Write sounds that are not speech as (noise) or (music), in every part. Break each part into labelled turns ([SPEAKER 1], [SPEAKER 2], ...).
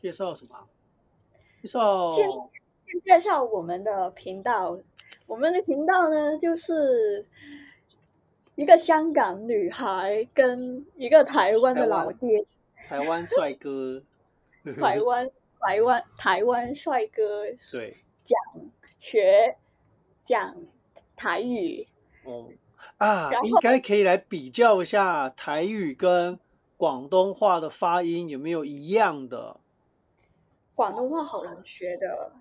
[SPEAKER 1] 介绍什么？介绍
[SPEAKER 2] 介先介绍我们的频道，我们的频道呢，就是一个香港女孩跟一个台湾的老爹，
[SPEAKER 1] 台湾帅 (laughs) 哥，
[SPEAKER 2] 台 (laughs) 湾台湾台湾帅哥
[SPEAKER 1] 对
[SPEAKER 2] 讲学讲台语，
[SPEAKER 1] 哦啊
[SPEAKER 2] 然，后
[SPEAKER 1] 应该可以来比较一下台语跟广东话的发音有没有一样的。
[SPEAKER 2] 广东话好难学的。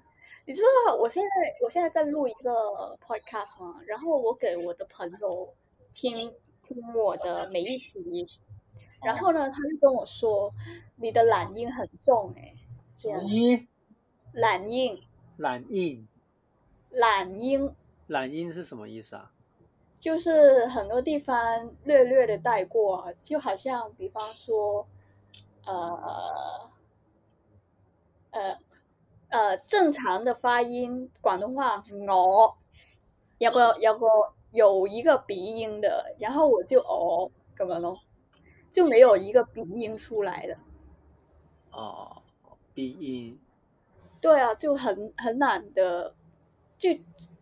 [SPEAKER 2] 你知道我现在我现在在录一个 podcast 嘛，然后我给我的朋友听听我的每一集，然后呢，他就跟我说你的懒音很重哎、这样
[SPEAKER 1] 一
[SPEAKER 2] 懒音
[SPEAKER 1] 懒音，
[SPEAKER 2] 懒音
[SPEAKER 1] 懒音是什么意思啊？
[SPEAKER 2] 就是很多地方略略的带过啊，就好像比方说，呃，呃，呃，正常的发音，广东话我有个有个有一个鼻音的，然后我就哦咁样咯，就没有一个鼻音出来的。
[SPEAKER 1] 哦，鼻音。
[SPEAKER 2] 对啊，就很很难的，就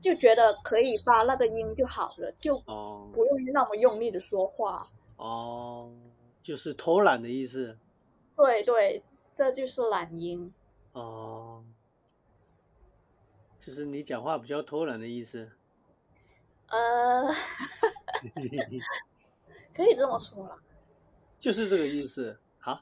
[SPEAKER 2] 就觉得可以发那个音就好了，就
[SPEAKER 1] 哦
[SPEAKER 2] 不用那么用力的说话。
[SPEAKER 1] 哦，就是偷懒的意思。
[SPEAKER 2] 对对，这就是懒音。
[SPEAKER 1] 哦，就是你讲话比较偷懒的意思。
[SPEAKER 2] 呃，可以这么说了。
[SPEAKER 1] 就是这个意思。好，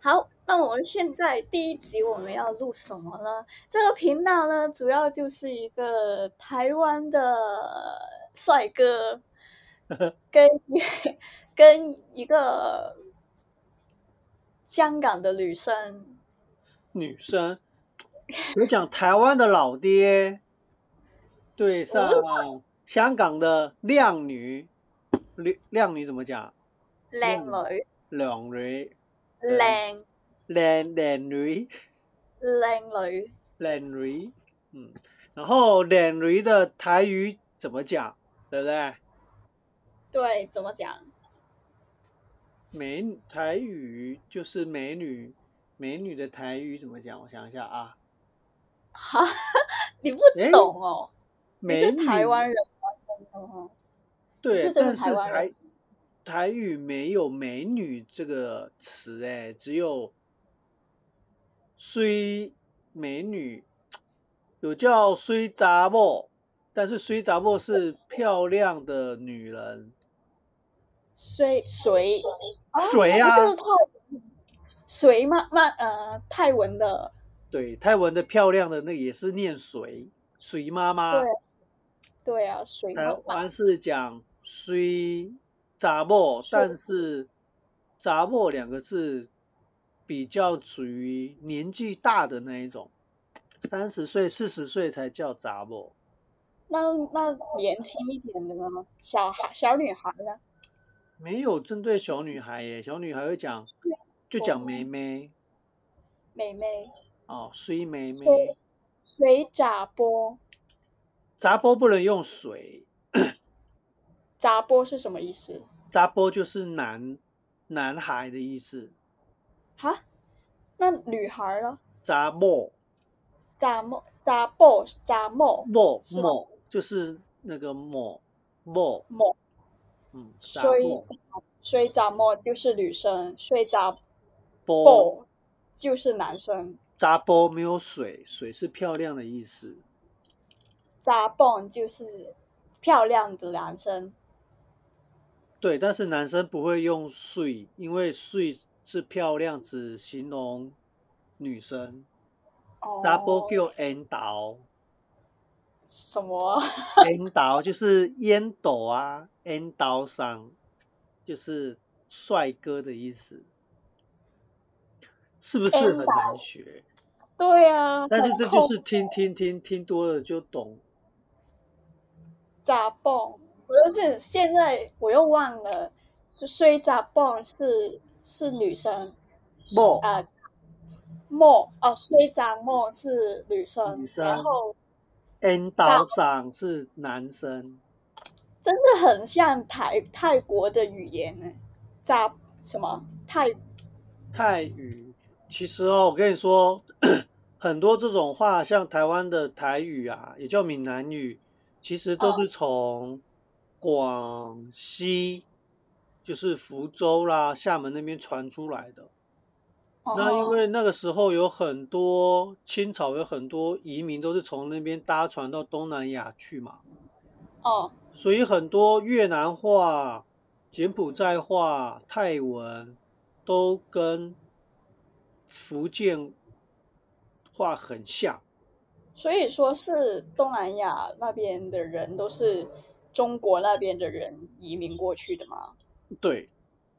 [SPEAKER 2] 好，那我们现在第一集我们要录什么呢？这个频道呢，主要就是一个台湾的帅哥跟一跟一个香港的女生。
[SPEAKER 1] 女生，我讲台湾的老爹对上
[SPEAKER 2] 哦
[SPEAKER 1] 香港的靓女，靓靓女怎么讲？
[SPEAKER 2] 靓
[SPEAKER 1] 嗯
[SPEAKER 2] 女，
[SPEAKER 1] 靓女，
[SPEAKER 2] 靓
[SPEAKER 1] 靓靓女，
[SPEAKER 2] 靓女，
[SPEAKER 1] 靓女，嗯，然后靓女的台语怎么讲？对不对？
[SPEAKER 2] 对，怎么讲？
[SPEAKER 1] 美女台语就是美女，美女的台语怎么讲？我想一下啊，
[SPEAKER 2] 哈， (laughs) 你不
[SPEAKER 1] 诶
[SPEAKER 2] 懂哦，你
[SPEAKER 1] 美
[SPEAKER 2] 是
[SPEAKER 1] 女
[SPEAKER 2] 台湾人吗真的哦？你
[SPEAKER 1] 对
[SPEAKER 2] 是，真的
[SPEAKER 1] 但是
[SPEAKER 2] 台湾人
[SPEAKER 1] 台台语没有“美女”这个词，哎，只有“虽美女”，有叫“虽杂某”，但是“虽杂某”是漂亮的女人，
[SPEAKER 2] 谁谁
[SPEAKER 1] 谁呀
[SPEAKER 2] 哦这是泰谁嘛嘛呃泰文的
[SPEAKER 1] 对，泰文的漂亮的那也是念“水”，水妈妈。
[SPEAKER 2] 对对啊谁
[SPEAKER 1] 啊台
[SPEAKER 2] 嘛嘛
[SPEAKER 1] 湾是讲虽杂某，
[SPEAKER 2] 是
[SPEAKER 1] 但是杂某两个字比较属于年纪大的那一种，三十岁、四十岁才叫杂某。
[SPEAKER 2] 那那年轻一点的呢小孩小女孩呢
[SPEAKER 1] 没有针对小女孩耶，小女孩会讲就讲妹妹
[SPEAKER 2] 妹妹
[SPEAKER 1] 哦，虽妹妹，
[SPEAKER 2] 虽谁咋波
[SPEAKER 1] 杂波不能用水，
[SPEAKER 2] 咋波是什么意思？
[SPEAKER 1] 杂波就是男男孩的意思，
[SPEAKER 2] 哈，那女孩呢？
[SPEAKER 1] 杂某
[SPEAKER 2] 咋么咋波咋么
[SPEAKER 1] 某
[SPEAKER 2] 是吗
[SPEAKER 1] 某就是那个某某，
[SPEAKER 2] 么？
[SPEAKER 1] 嗯，杂
[SPEAKER 2] 所以
[SPEAKER 1] 某。
[SPEAKER 2] 所以咋么就是女生，所以咋
[SPEAKER 1] 波
[SPEAKER 2] 波就是男生。
[SPEAKER 1] 扎波没有水，水是漂亮的意思。
[SPEAKER 2] 扎蹦就是漂亮的男生，
[SPEAKER 1] 对，但是男生不会用水，因为水是漂亮，只形容女生。
[SPEAKER 2] 哦，
[SPEAKER 1] 扎波叫 N 岛
[SPEAKER 2] 什么？ (laughs)
[SPEAKER 1] ，N 岛就是烟斗啊，N 岛上就是帅哥的意思，是不是很
[SPEAKER 2] 烟斗
[SPEAKER 1] 难学？
[SPEAKER 2] 对啊，
[SPEAKER 1] (laughs) 但是
[SPEAKER 2] 很
[SPEAKER 1] 这就
[SPEAKER 2] 空
[SPEAKER 1] 是听听听听多了就懂。
[SPEAKER 2] 扎蹦，我就是现在我又忘了，就所以扎蹦是是女生
[SPEAKER 1] 莫
[SPEAKER 2] 啊，莫哦，所以扎莫是女生，
[SPEAKER 1] 女生
[SPEAKER 2] 然后
[SPEAKER 1] N 岛上是男生。
[SPEAKER 2] 真的很像泰泰国的语言呢，扎什么泰
[SPEAKER 1] 泰语其实哦，我跟你说， (coughs) 很多这种话，像台湾的台语啊，也叫闽南语，其实都
[SPEAKER 2] 嗯
[SPEAKER 1] 是从广西，就是福州啦、厦门那边传出来的。那因
[SPEAKER 2] 哦
[SPEAKER 1] 为那个时候有很多清朝有很多移民都是从那边搭船到东南亚去嘛，
[SPEAKER 2] 哦
[SPEAKER 1] 所以很多越南话、柬埔寨话、泰文都跟福建话很像。
[SPEAKER 2] 所以说是东南亚那边的人都是中国那边的人移民过去的吗？
[SPEAKER 1] 对，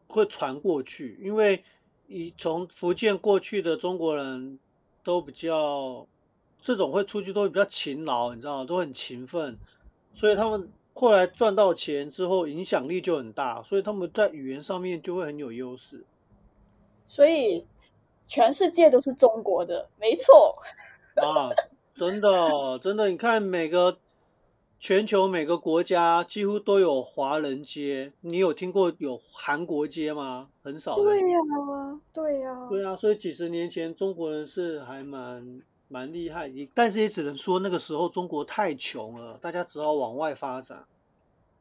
[SPEAKER 1] 会传过去，因为以从福建过去的中国人都比较，这种会出去都会比较勤劳，你知道吗？都很勤奋，所以他们后来赚到钱之后，影响力就很大，所以他们在语言上面就会很有优势。
[SPEAKER 2] 所以全世界都是中国的，没错。
[SPEAKER 1] (laughs) 啊，真的，哦真的，你看每个全球每个国家几乎都有华人街，你有听过有韩国街吗？很少的。
[SPEAKER 2] 对呀、对呀、
[SPEAKER 1] 对啊，所以几十年前中国人是还蛮蛮厉害，也但是也只能说那个时候中国太穷了，大家只好往外发展。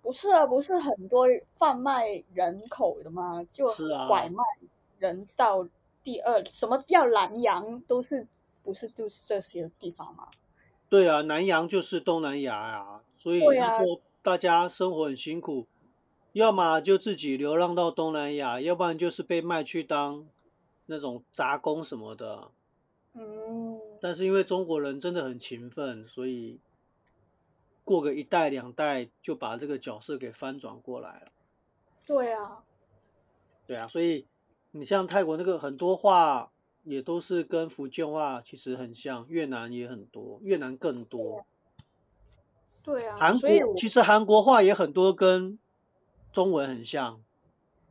[SPEAKER 2] 不是啊，不是很多贩卖人口的吗？就是
[SPEAKER 1] 啊
[SPEAKER 2] 拐卖人到第二，什么叫南洋，都是不是就是这些地方吗？
[SPEAKER 1] 对啊，南洋就是东南亚啊，所以
[SPEAKER 2] 对
[SPEAKER 1] 那
[SPEAKER 2] 啊
[SPEAKER 1] 时候大家生活很辛苦，要么就自己流浪到东南亚，要不然就是被卖去当那种杂工什么的。
[SPEAKER 2] 嗯，
[SPEAKER 1] 但是因为中国人真的很勤奋，所以过个一代两代就把这个角色给翻转过来了。
[SPEAKER 2] 对啊，
[SPEAKER 1] 对啊，所以你像泰国那个很多话也都是跟福建话其实很像，越南也很多，越南更多。
[SPEAKER 2] 对啊，
[SPEAKER 1] 韩
[SPEAKER 2] 所以
[SPEAKER 1] 国
[SPEAKER 2] 我
[SPEAKER 1] 其实韩国话也很多跟中文很像，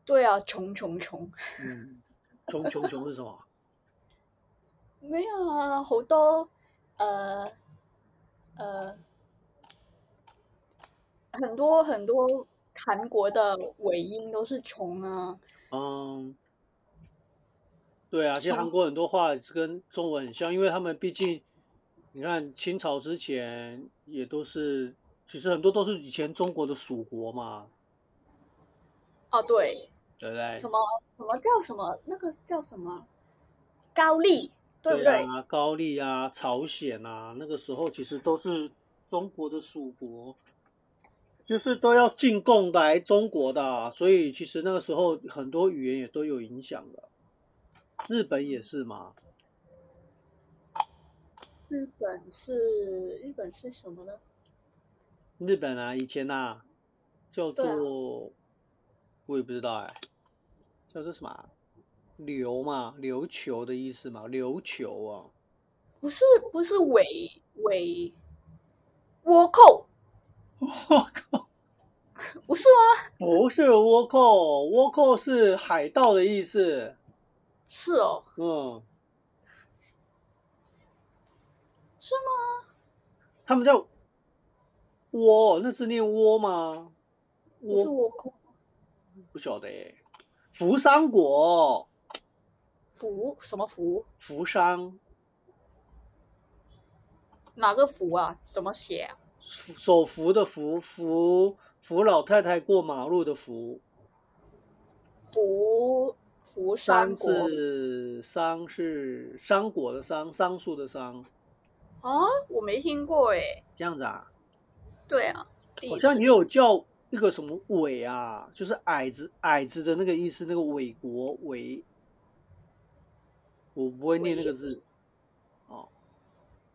[SPEAKER 2] 对啊，穷穷穷，
[SPEAKER 1] 嗯，穷穷穷是什么？
[SPEAKER 2] 没有啊，好多呃呃，很多很多韩国的尾音都是穷啊，
[SPEAKER 1] 嗯，对啊，其实
[SPEAKER 2] 穷
[SPEAKER 1] 韩国很多话是跟中文很像，因为他们毕竟你看清朝之前也都是，其实很多都是以前中国的属国嘛，
[SPEAKER 2] 哦对，
[SPEAKER 1] 对不对？
[SPEAKER 2] 哎什么什么叫什么那个叫什么高丽，对
[SPEAKER 1] 对
[SPEAKER 2] 不对？
[SPEAKER 1] 啊，高丽啊，朝鲜啊，那个时候其实都是中国的属国，就是都要进贡来中国的啊、所以其实那个时候很多语言也都有影响的。日本也是嘛，
[SPEAKER 2] 日本是日本是什么呢？
[SPEAKER 1] 日本啊，以前啊叫
[SPEAKER 2] 对啊
[SPEAKER 1] 做我也不知道哎，叫做什么啊琉嘛，琉球的意思嘛，琉球啊，
[SPEAKER 2] 不是不是尾尾倭 (laughs) 寇，
[SPEAKER 1] 我靠，
[SPEAKER 2] (laughs) 不是吗？
[SPEAKER 1] 不是倭寇，倭寇是海盗的意思，
[SPEAKER 2] 是哦，
[SPEAKER 1] 嗯。
[SPEAKER 2] 是吗？
[SPEAKER 1] 他们叫窝，那是念窝吗？
[SPEAKER 2] 不是
[SPEAKER 1] 窝
[SPEAKER 2] 倭寇，
[SPEAKER 1] 不晓得耶。扶桑国，
[SPEAKER 2] 福什么福？
[SPEAKER 1] 扶桑
[SPEAKER 2] 哪个福啊？怎么写啊、
[SPEAKER 1] 手扶的扶，扶扶老太太过马路的扶。
[SPEAKER 2] 福福山国
[SPEAKER 1] 是桑是桑果的桑，桑树的桑，
[SPEAKER 2] 啊？我没听过哎。
[SPEAKER 1] 这样子啊。
[SPEAKER 2] 对啊，第
[SPEAKER 1] 好
[SPEAKER 2] 一
[SPEAKER 1] 像
[SPEAKER 2] 次
[SPEAKER 1] 也有叫那个什么尾啊，就是矮子矮子的那个意思，那个尾国尾，我不会念那个字，哦，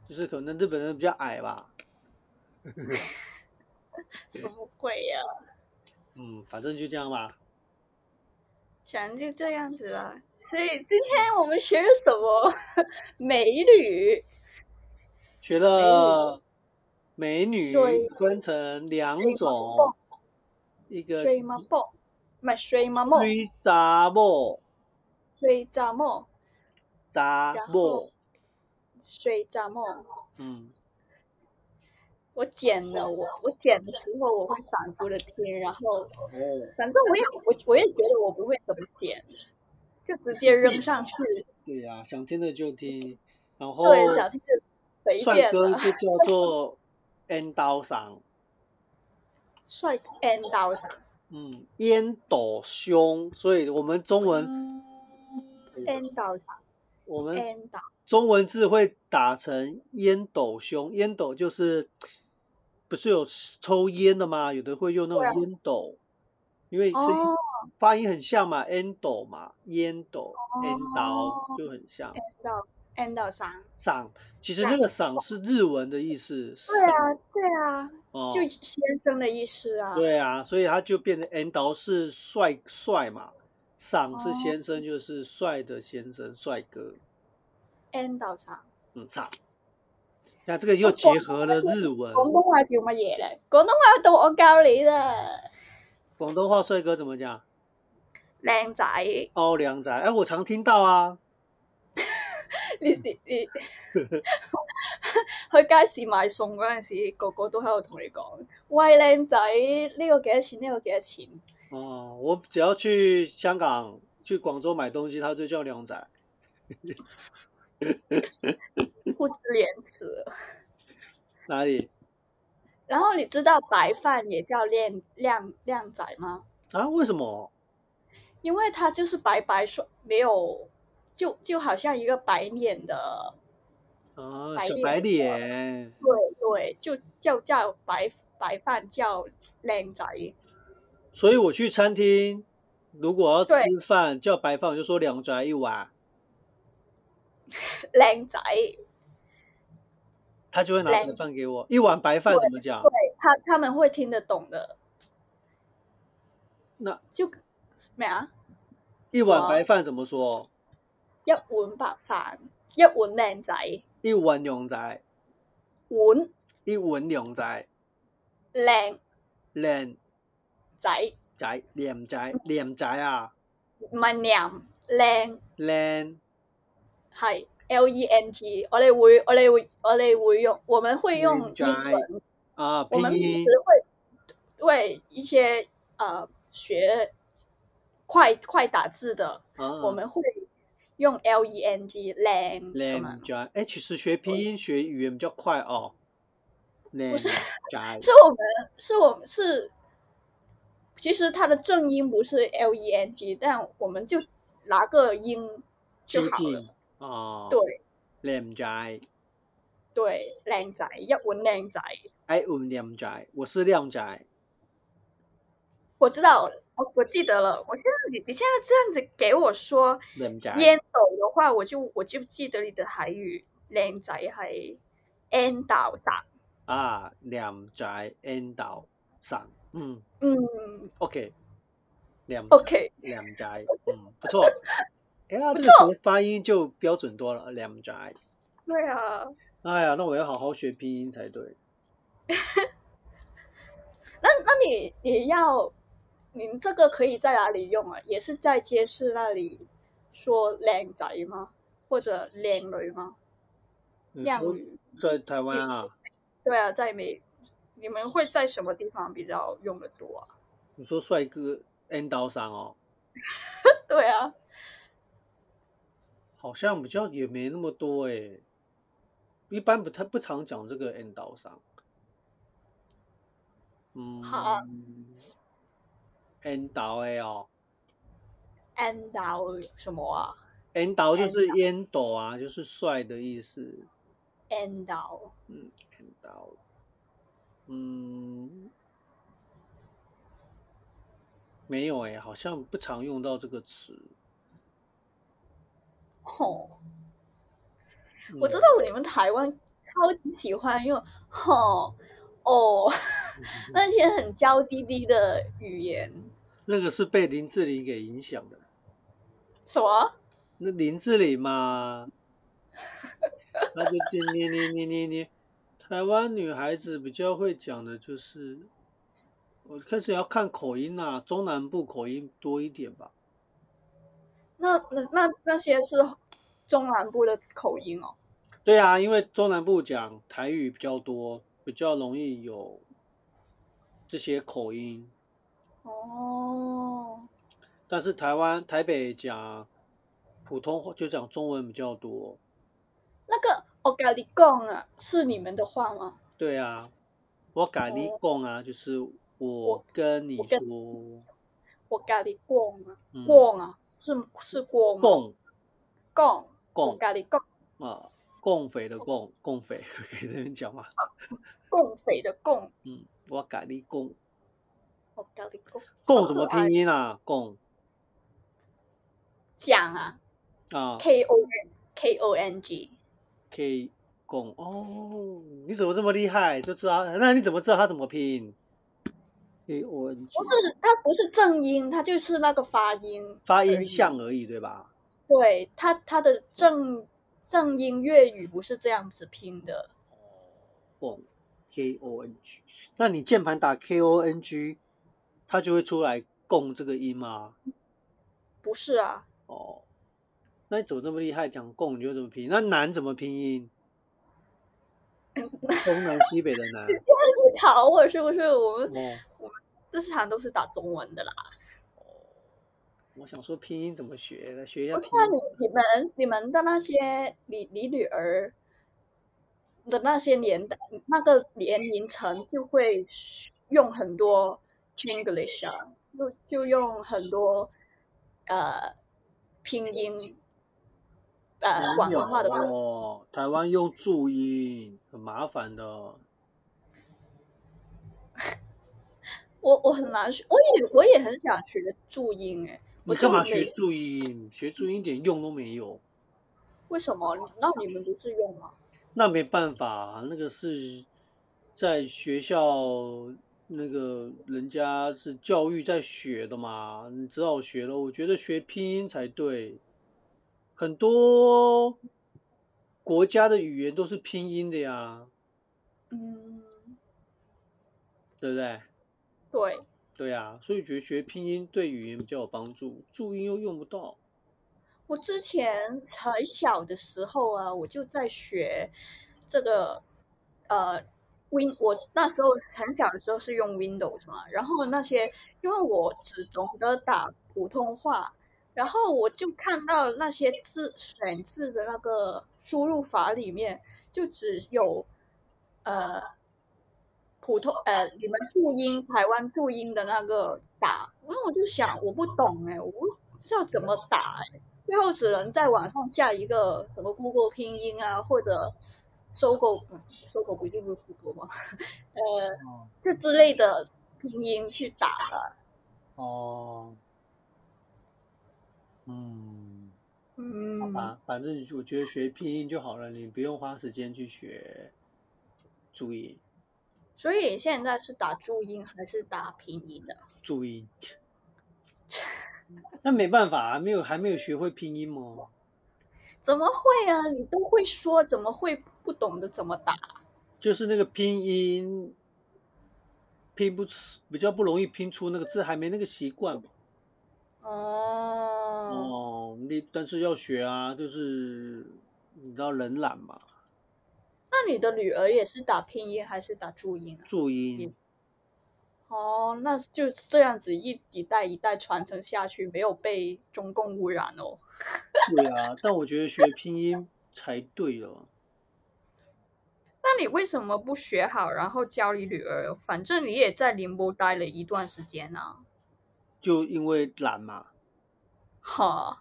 [SPEAKER 1] 就是可能日本人比较矮吧，
[SPEAKER 2] 什么鬼啊呀、
[SPEAKER 1] 嗯，反正就这样吧。
[SPEAKER 2] 想就这样子啦。所以今天我们学了什么？ (laughs) 美女，
[SPEAKER 1] 学了美女
[SPEAKER 2] 水
[SPEAKER 1] 分成两
[SPEAKER 2] 水
[SPEAKER 1] 种，一个
[SPEAKER 2] 睡吗梦？唔系睡吗梦？
[SPEAKER 1] 追查某
[SPEAKER 2] 睡咋梦？
[SPEAKER 1] 查
[SPEAKER 2] 然后
[SPEAKER 1] 某，
[SPEAKER 2] 睡咋梦？
[SPEAKER 1] 嗯，
[SPEAKER 2] 我剪了，我我剪的时候我会反复的听，然后
[SPEAKER 1] 哦，
[SPEAKER 2] 反正我也我我也觉得我不会怎么剪，就直接扔上去。
[SPEAKER 1] 对呀、想听的就听，然后
[SPEAKER 2] 对，想听就随
[SPEAKER 1] 帅
[SPEAKER 2] 便
[SPEAKER 1] 哥
[SPEAKER 2] 了。
[SPEAKER 1] 就叫 (laughs) 做 N 刀上，
[SPEAKER 2] 帅 N 刀上
[SPEAKER 1] 嗯，烟斗凶，所以我们中
[SPEAKER 2] 啊
[SPEAKER 1] 文
[SPEAKER 2] ，N 刀上
[SPEAKER 1] 我们
[SPEAKER 2] ，N 刀
[SPEAKER 1] 中文字会打成烟斗凶，烟斗就是不是有抽烟的吗？有的会用那
[SPEAKER 2] 对啊
[SPEAKER 1] 种烟斗，因为是
[SPEAKER 2] 哦
[SPEAKER 1] 发音很像嘛，N 斗嘛，烟斗 N 刀
[SPEAKER 2] 哦
[SPEAKER 1] 就很像。
[SPEAKER 2] ，N 刀上。
[SPEAKER 1] 赏，其实那个赏是日文的意思，
[SPEAKER 2] 对啊，对啊，
[SPEAKER 1] 哦，
[SPEAKER 2] 就先生的意思啊。
[SPEAKER 1] 对啊，所以它就变成 N 导是帅帅嘛，赏是
[SPEAKER 2] 哦
[SPEAKER 1] 先生，就是帅的先生，帅哥，
[SPEAKER 2] ，N 刀上。
[SPEAKER 1] 嗯，赏。那这个又结合了日文，
[SPEAKER 2] 廣東話叫乜嘢咧？廣東話到我教你啦，
[SPEAKER 1] 广东话帅哥怎么讲？
[SPEAKER 2] 靚仔。
[SPEAKER 1] 欧良仔，哎，我常听到啊，
[SPEAKER 2] 你你你 (laughs) 去街市買餸嗰陣時，個個都喺度同你講：喂，靚仔，呢、個幾多錢？呢、個幾多 (laughs) 錢？
[SPEAKER 1] 哦，我只要去香港、去广州买东西，他就叫良仔。
[SPEAKER 2] 不知廉恥。
[SPEAKER 1] 哪里
[SPEAKER 2] 然後你知道白飯也叫靚靚靚仔嗎？
[SPEAKER 1] 啊？为什么？
[SPEAKER 2] 因為它就是白白帥，沒有就就好像一個白臉的，
[SPEAKER 1] 啊，
[SPEAKER 2] 白
[SPEAKER 1] 小
[SPEAKER 2] 脸
[SPEAKER 1] 白脸，
[SPEAKER 2] 對對，就就叫白白飯叫靚仔。
[SPEAKER 1] 所以我去餐厅，如果要
[SPEAKER 2] 对
[SPEAKER 1] 吃饭叫白饭，我就说两宅一碗，
[SPEAKER 2] 靓仔，
[SPEAKER 1] 他就会拿白
[SPEAKER 2] 两
[SPEAKER 1] 饭给我。一碗白饭
[SPEAKER 2] 对
[SPEAKER 1] 怎么讲
[SPEAKER 2] 对？他他们会听得懂的。
[SPEAKER 1] 那
[SPEAKER 2] 就咩啊？
[SPEAKER 1] 一碗白饭怎么说？
[SPEAKER 2] 一碗白飯，一碗靚仔，
[SPEAKER 1] 一碗两宅，
[SPEAKER 2] 碗
[SPEAKER 1] 一碗两宅，
[SPEAKER 2] 靚
[SPEAKER 1] 两
[SPEAKER 2] 仔，
[SPEAKER 1] 宅两宅两宅啊，
[SPEAKER 2] 唔係靚靚
[SPEAKER 1] 两
[SPEAKER 2] 係 L E N G。我哋會我哋會我哋會用，我們會用
[SPEAKER 1] 靚
[SPEAKER 2] 英
[SPEAKER 1] 仔
[SPEAKER 2] 文，
[SPEAKER 1] 啊
[SPEAKER 2] 我們
[SPEAKER 1] 拼
[SPEAKER 2] 平
[SPEAKER 1] 音
[SPEAKER 2] 時會對一些呃學快快打字的，
[SPEAKER 1] 啊，
[SPEAKER 2] 我们會用 L E N G 靚咁樣
[SPEAKER 1] 两。宅。哎，其实学拼音学语言比较快哦。两
[SPEAKER 2] 是
[SPEAKER 1] 宅
[SPEAKER 2] 是我们是我们是，其实它的正音不是 L E N G，但我们就拿个音 (laughs) 就
[SPEAKER 1] 接
[SPEAKER 2] 好了
[SPEAKER 1] 近。哦，
[SPEAKER 2] 对
[SPEAKER 1] 两宅，
[SPEAKER 2] 对，靓仔一碗靓仔，
[SPEAKER 1] 哎，我们两宅，我是靓宅。
[SPEAKER 2] 我知道，哦我我记得了。我现在你你现在这样子给我说
[SPEAKER 1] 靓仔，
[SPEAKER 2] 烟斗的话，我就我就记得你的韩语靓仔系 N 岛上，
[SPEAKER 1] 啊，靓仔 N 岛上，嗯
[SPEAKER 2] 嗯
[SPEAKER 1] ，OK，靓
[SPEAKER 2] ，OK，
[SPEAKER 1] 靓仔，嗯，不错。哎呀，
[SPEAKER 2] 不
[SPEAKER 1] 这个发音就标准多了，靓仔。
[SPEAKER 2] 对啊。
[SPEAKER 1] 哎呀，那我要好好学拼音才对。
[SPEAKER 2] 那那你你要，你这个可以在哪里用啊？也是在街市那里说靓仔吗？或者靓女吗？
[SPEAKER 1] 你
[SPEAKER 2] 靓
[SPEAKER 1] 说
[SPEAKER 2] 女？
[SPEAKER 1] 在台湾啊，
[SPEAKER 2] 对啊，在美，你们会在什么地方比较用的多啊？
[SPEAKER 1] 你说帅哥 N 岛上哦，
[SPEAKER 2] 对啊，
[SPEAKER 1] 好像比较也没那么多哎、一般不太不常讲这个 N 岛上。嗯，
[SPEAKER 2] 好
[SPEAKER 1] ，N 岛哎哦。
[SPEAKER 2] n 到什么啊
[SPEAKER 1] N 岛就是烟斗啊，就是帅的意思。
[SPEAKER 2] n 到
[SPEAKER 1] N 岛，嗯，没有哎、好像不常用到这个词。
[SPEAKER 2] 吼，
[SPEAKER 1] 嗯
[SPEAKER 2] 我知道你们台湾超级喜欢用吼
[SPEAKER 1] 嗯
[SPEAKER 2] (laughs) 哦那些很娇滴滴的语言，
[SPEAKER 1] 那个是被林志玲给影响的。
[SPEAKER 2] 什么？
[SPEAKER 1] 那林志玲嘛，那就今捏捏捏捏捏。台湾女孩子比较会讲的就是，我开始要看口音啦、中南部口音多一点吧。
[SPEAKER 2] 那那那那些是中南部的口音哦。
[SPEAKER 1] 对啊，因为中南部讲台语比较多，比较容易有这些口音。
[SPEAKER 2] 哦，
[SPEAKER 1] 但是台湾台北讲普通话就讲中文比较多。
[SPEAKER 2] 那个我咖喱贡啊，是你们的话吗？
[SPEAKER 1] 对啊，我咖喱贡啊，就是我跟你
[SPEAKER 2] 我跟
[SPEAKER 1] 说，
[SPEAKER 2] 我咖喱贡啊，
[SPEAKER 1] 嗯，
[SPEAKER 2] 贡啊，是是贡吗？
[SPEAKER 1] 共
[SPEAKER 2] 贡我
[SPEAKER 1] 共
[SPEAKER 2] 咖喱贡
[SPEAKER 1] 啊，共匪的共，共匪 (laughs) 可以这样讲吗？
[SPEAKER 2] 贡匪的贡，
[SPEAKER 1] 嗯，我咖喱贡，
[SPEAKER 2] 我咖喱贡
[SPEAKER 1] 贡怎么
[SPEAKER 2] 可爱
[SPEAKER 1] 拼音啊？贡
[SPEAKER 2] 讲啊
[SPEAKER 1] 啊
[SPEAKER 2] ，K O N K O N G，
[SPEAKER 1] ，K 贡哦，你怎么这么厉害？就知道？那你怎么知道它怎么拼？K O N G
[SPEAKER 2] 不是它不是正音，它就是那个发音，
[SPEAKER 1] 发
[SPEAKER 2] 而
[SPEAKER 1] 音
[SPEAKER 2] 已
[SPEAKER 1] 像而已，对吧？
[SPEAKER 2] 对它它的正正音粤语不是这样子拼的，
[SPEAKER 1] 共 K O N G，那你键盘打 K O N G，它就会出来共这个音吗？
[SPEAKER 2] 不是啊， (laughs)
[SPEAKER 1] 哦，那你怎么那么厉害？讲共你就怎么拼？那南怎么拼音？东南西北的南。
[SPEAKER 2] 不考我是不是？我们
[SPEAKER 1] 哦，
[SPEAKER 2] 日常都是打中文的啦。
[SPEAKER 1] 我想说拼音怎么学？来学一下
[SPEAKER 2] 不
[SPEAKER 1] 拼
[SPEAKER 2] 是啊，
[SPEAKER 1] 音。
[SPEAKER 2] 你你们你们的那些你你女儿的那些年代那个年
[SPEAKER 1] 嗯
[SPEAKER 2] 龄层就会用很多 Chinglish 啊，就就用很多呃拼音呃广
[SPEAKER 1] 没有
[SPEAKER 2] 东话的拼音
[SPEAKER 1] 哦，台湾用注音很麻烦的。哦
[SPEAKER 2] 我我很难学，我也我也很想学注音哎，
[SPEAKER 1] 你
[SPEAKER 2] 我
[SPEAKER 1] 干
[SPEAKER 2] 就
[SPEAKER 1] 嘛学
[SPEAKER 2] 没
[SPEAKER 1] 注音？学注音一点用都没有。
[SPEAKER 2] 为什么？那你们不是用吗？
[SPEAKER 1] 那没办法啊，那个是在学校那个人家是教育在学的嘛，你只好学了。我觉得学拼音才对，很多国家的语言都是拼音的呀，
[SPEAKER 2] 嗯，
[SPEAKER 1] 对不对？
[SPEAKER 2] 对，
[SPEAKER 1] 对呀、所以觉得学拼音对语言比较有帮助，注音又用不到。
[SPEAKER 2] 我之前很小的时候啊，我就在学这个呃 Win，我那时候很小的时候是用 Windows 嘛，然后那些因为我只懂得打普通话，然后我就看到那些字选字的那个输入法里面就只有呃普通呃你们注音台湾注音的那个打，然后我就想我不懂哎、我不知道怎么打哎、最后只能在网上下一个什么 Google 拼音啊，或者搜狗，嗯搜狗不就是 Google 吗？呃，这之类的拼音去打了。
[SPEAKER 1] 哦，嗯，好
[SPEAKER 2] 嗯，
[SPEAKER 1] 吧，反正我觉得学拼音就好了，你不用花时间去学注音，
[SPEAKER 2] 所以现在是打注音还是打拼音的？
[SPEAKER 1] 注 (laughs) 音。那没办法啊，没有还没有学会拼音哦吗？
[SPEAKER 2] 怎么会啊？你都会说，怎么会不懂得怎么打？
[SPEAKER 1] 就是那个拼音拼不出，比较不容易拼出那个字，还没那个习惯嘛。
[SPEAKER 2] 哦，
[SPEAKER 1] 哦，你但是要学啊，就是你知道人懒嘛，
[SPEAKER 2] 那你的女儿也是打拼音还是打注音啊？
[SPEAKER 1] 注音
[SPEAKER 2] 嗯。哦，那就这样子一一代一代传承下去，没有被中共污染哦。
[SPEAKER 1] 对啊，但我觉得学拼音才对哦了。
[SPEAKER 2] 那你为什么不学好，然后教你女儿？反正你也在宁波待了一段时间啊。 (laughs)
[SPEAKER 1] 就因为懒嘛，
[SPEAKER 2] 哈，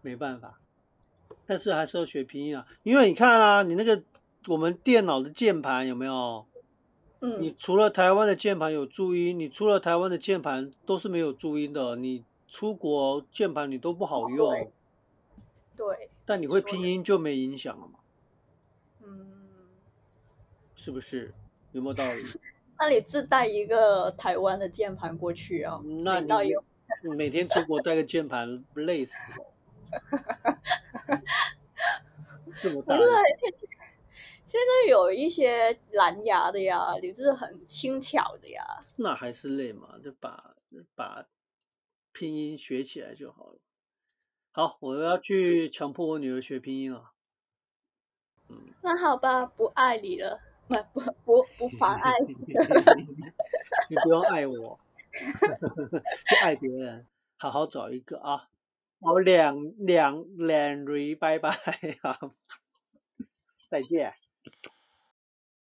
[SPEAKER 1] 没办法。但是还是要学拼音啊，因为你看啊，你那个我们电脑的键盘有没有？你
[SPEAKER 2] 嗯，
[SPEAKER 1] 除了台湾的键盘有注音，你除了台湾的键盘都是没有注音的，你出国键盘你都不好用
[SPEAKER 2] 对，对，
[SPEAKER 1] 但你会
[SPEAKER 2] 说得
[SPEAKER 1] 拼音就没影响了嘛，
[SPEAKER 2] 嗯，
[SPEAKER 1] 是不是？有没有道理？
[SPEAKER 2] 那你自带一个台湾的键盘过去哦，
[SPEAKER 1] 那
[SPEAKER 2] 你倒
[SPEAKER 1] 你
[SPEAKER 2] 有，
[SPEAKER 1] 每天出国带个键盘，累死了。这么
[SPEAKER 2] 不
[SPEAKER 1] 大
[SPEAKER 2] 是啊
[SPEAKER 1] 的，
[SPEAKER 2] 现在有一些蓝牙的呀，你这很轻巧的呀。
[SPEAKER 1] 那还是累嘛，就把把拼音学起来就好了。好，我要去强迫我女儿学拼音了。
[SPEAKER 2] 那好吧，不爱你了，不不不不妨
[SPEAKER 1] (laughs)
[SPEAKER 2] 碍
[SPEAKER 1] 你不用爱我，去爱别人。好好找一个啊。 (laughs) 好，两两两蕊，拜拜啊，再见。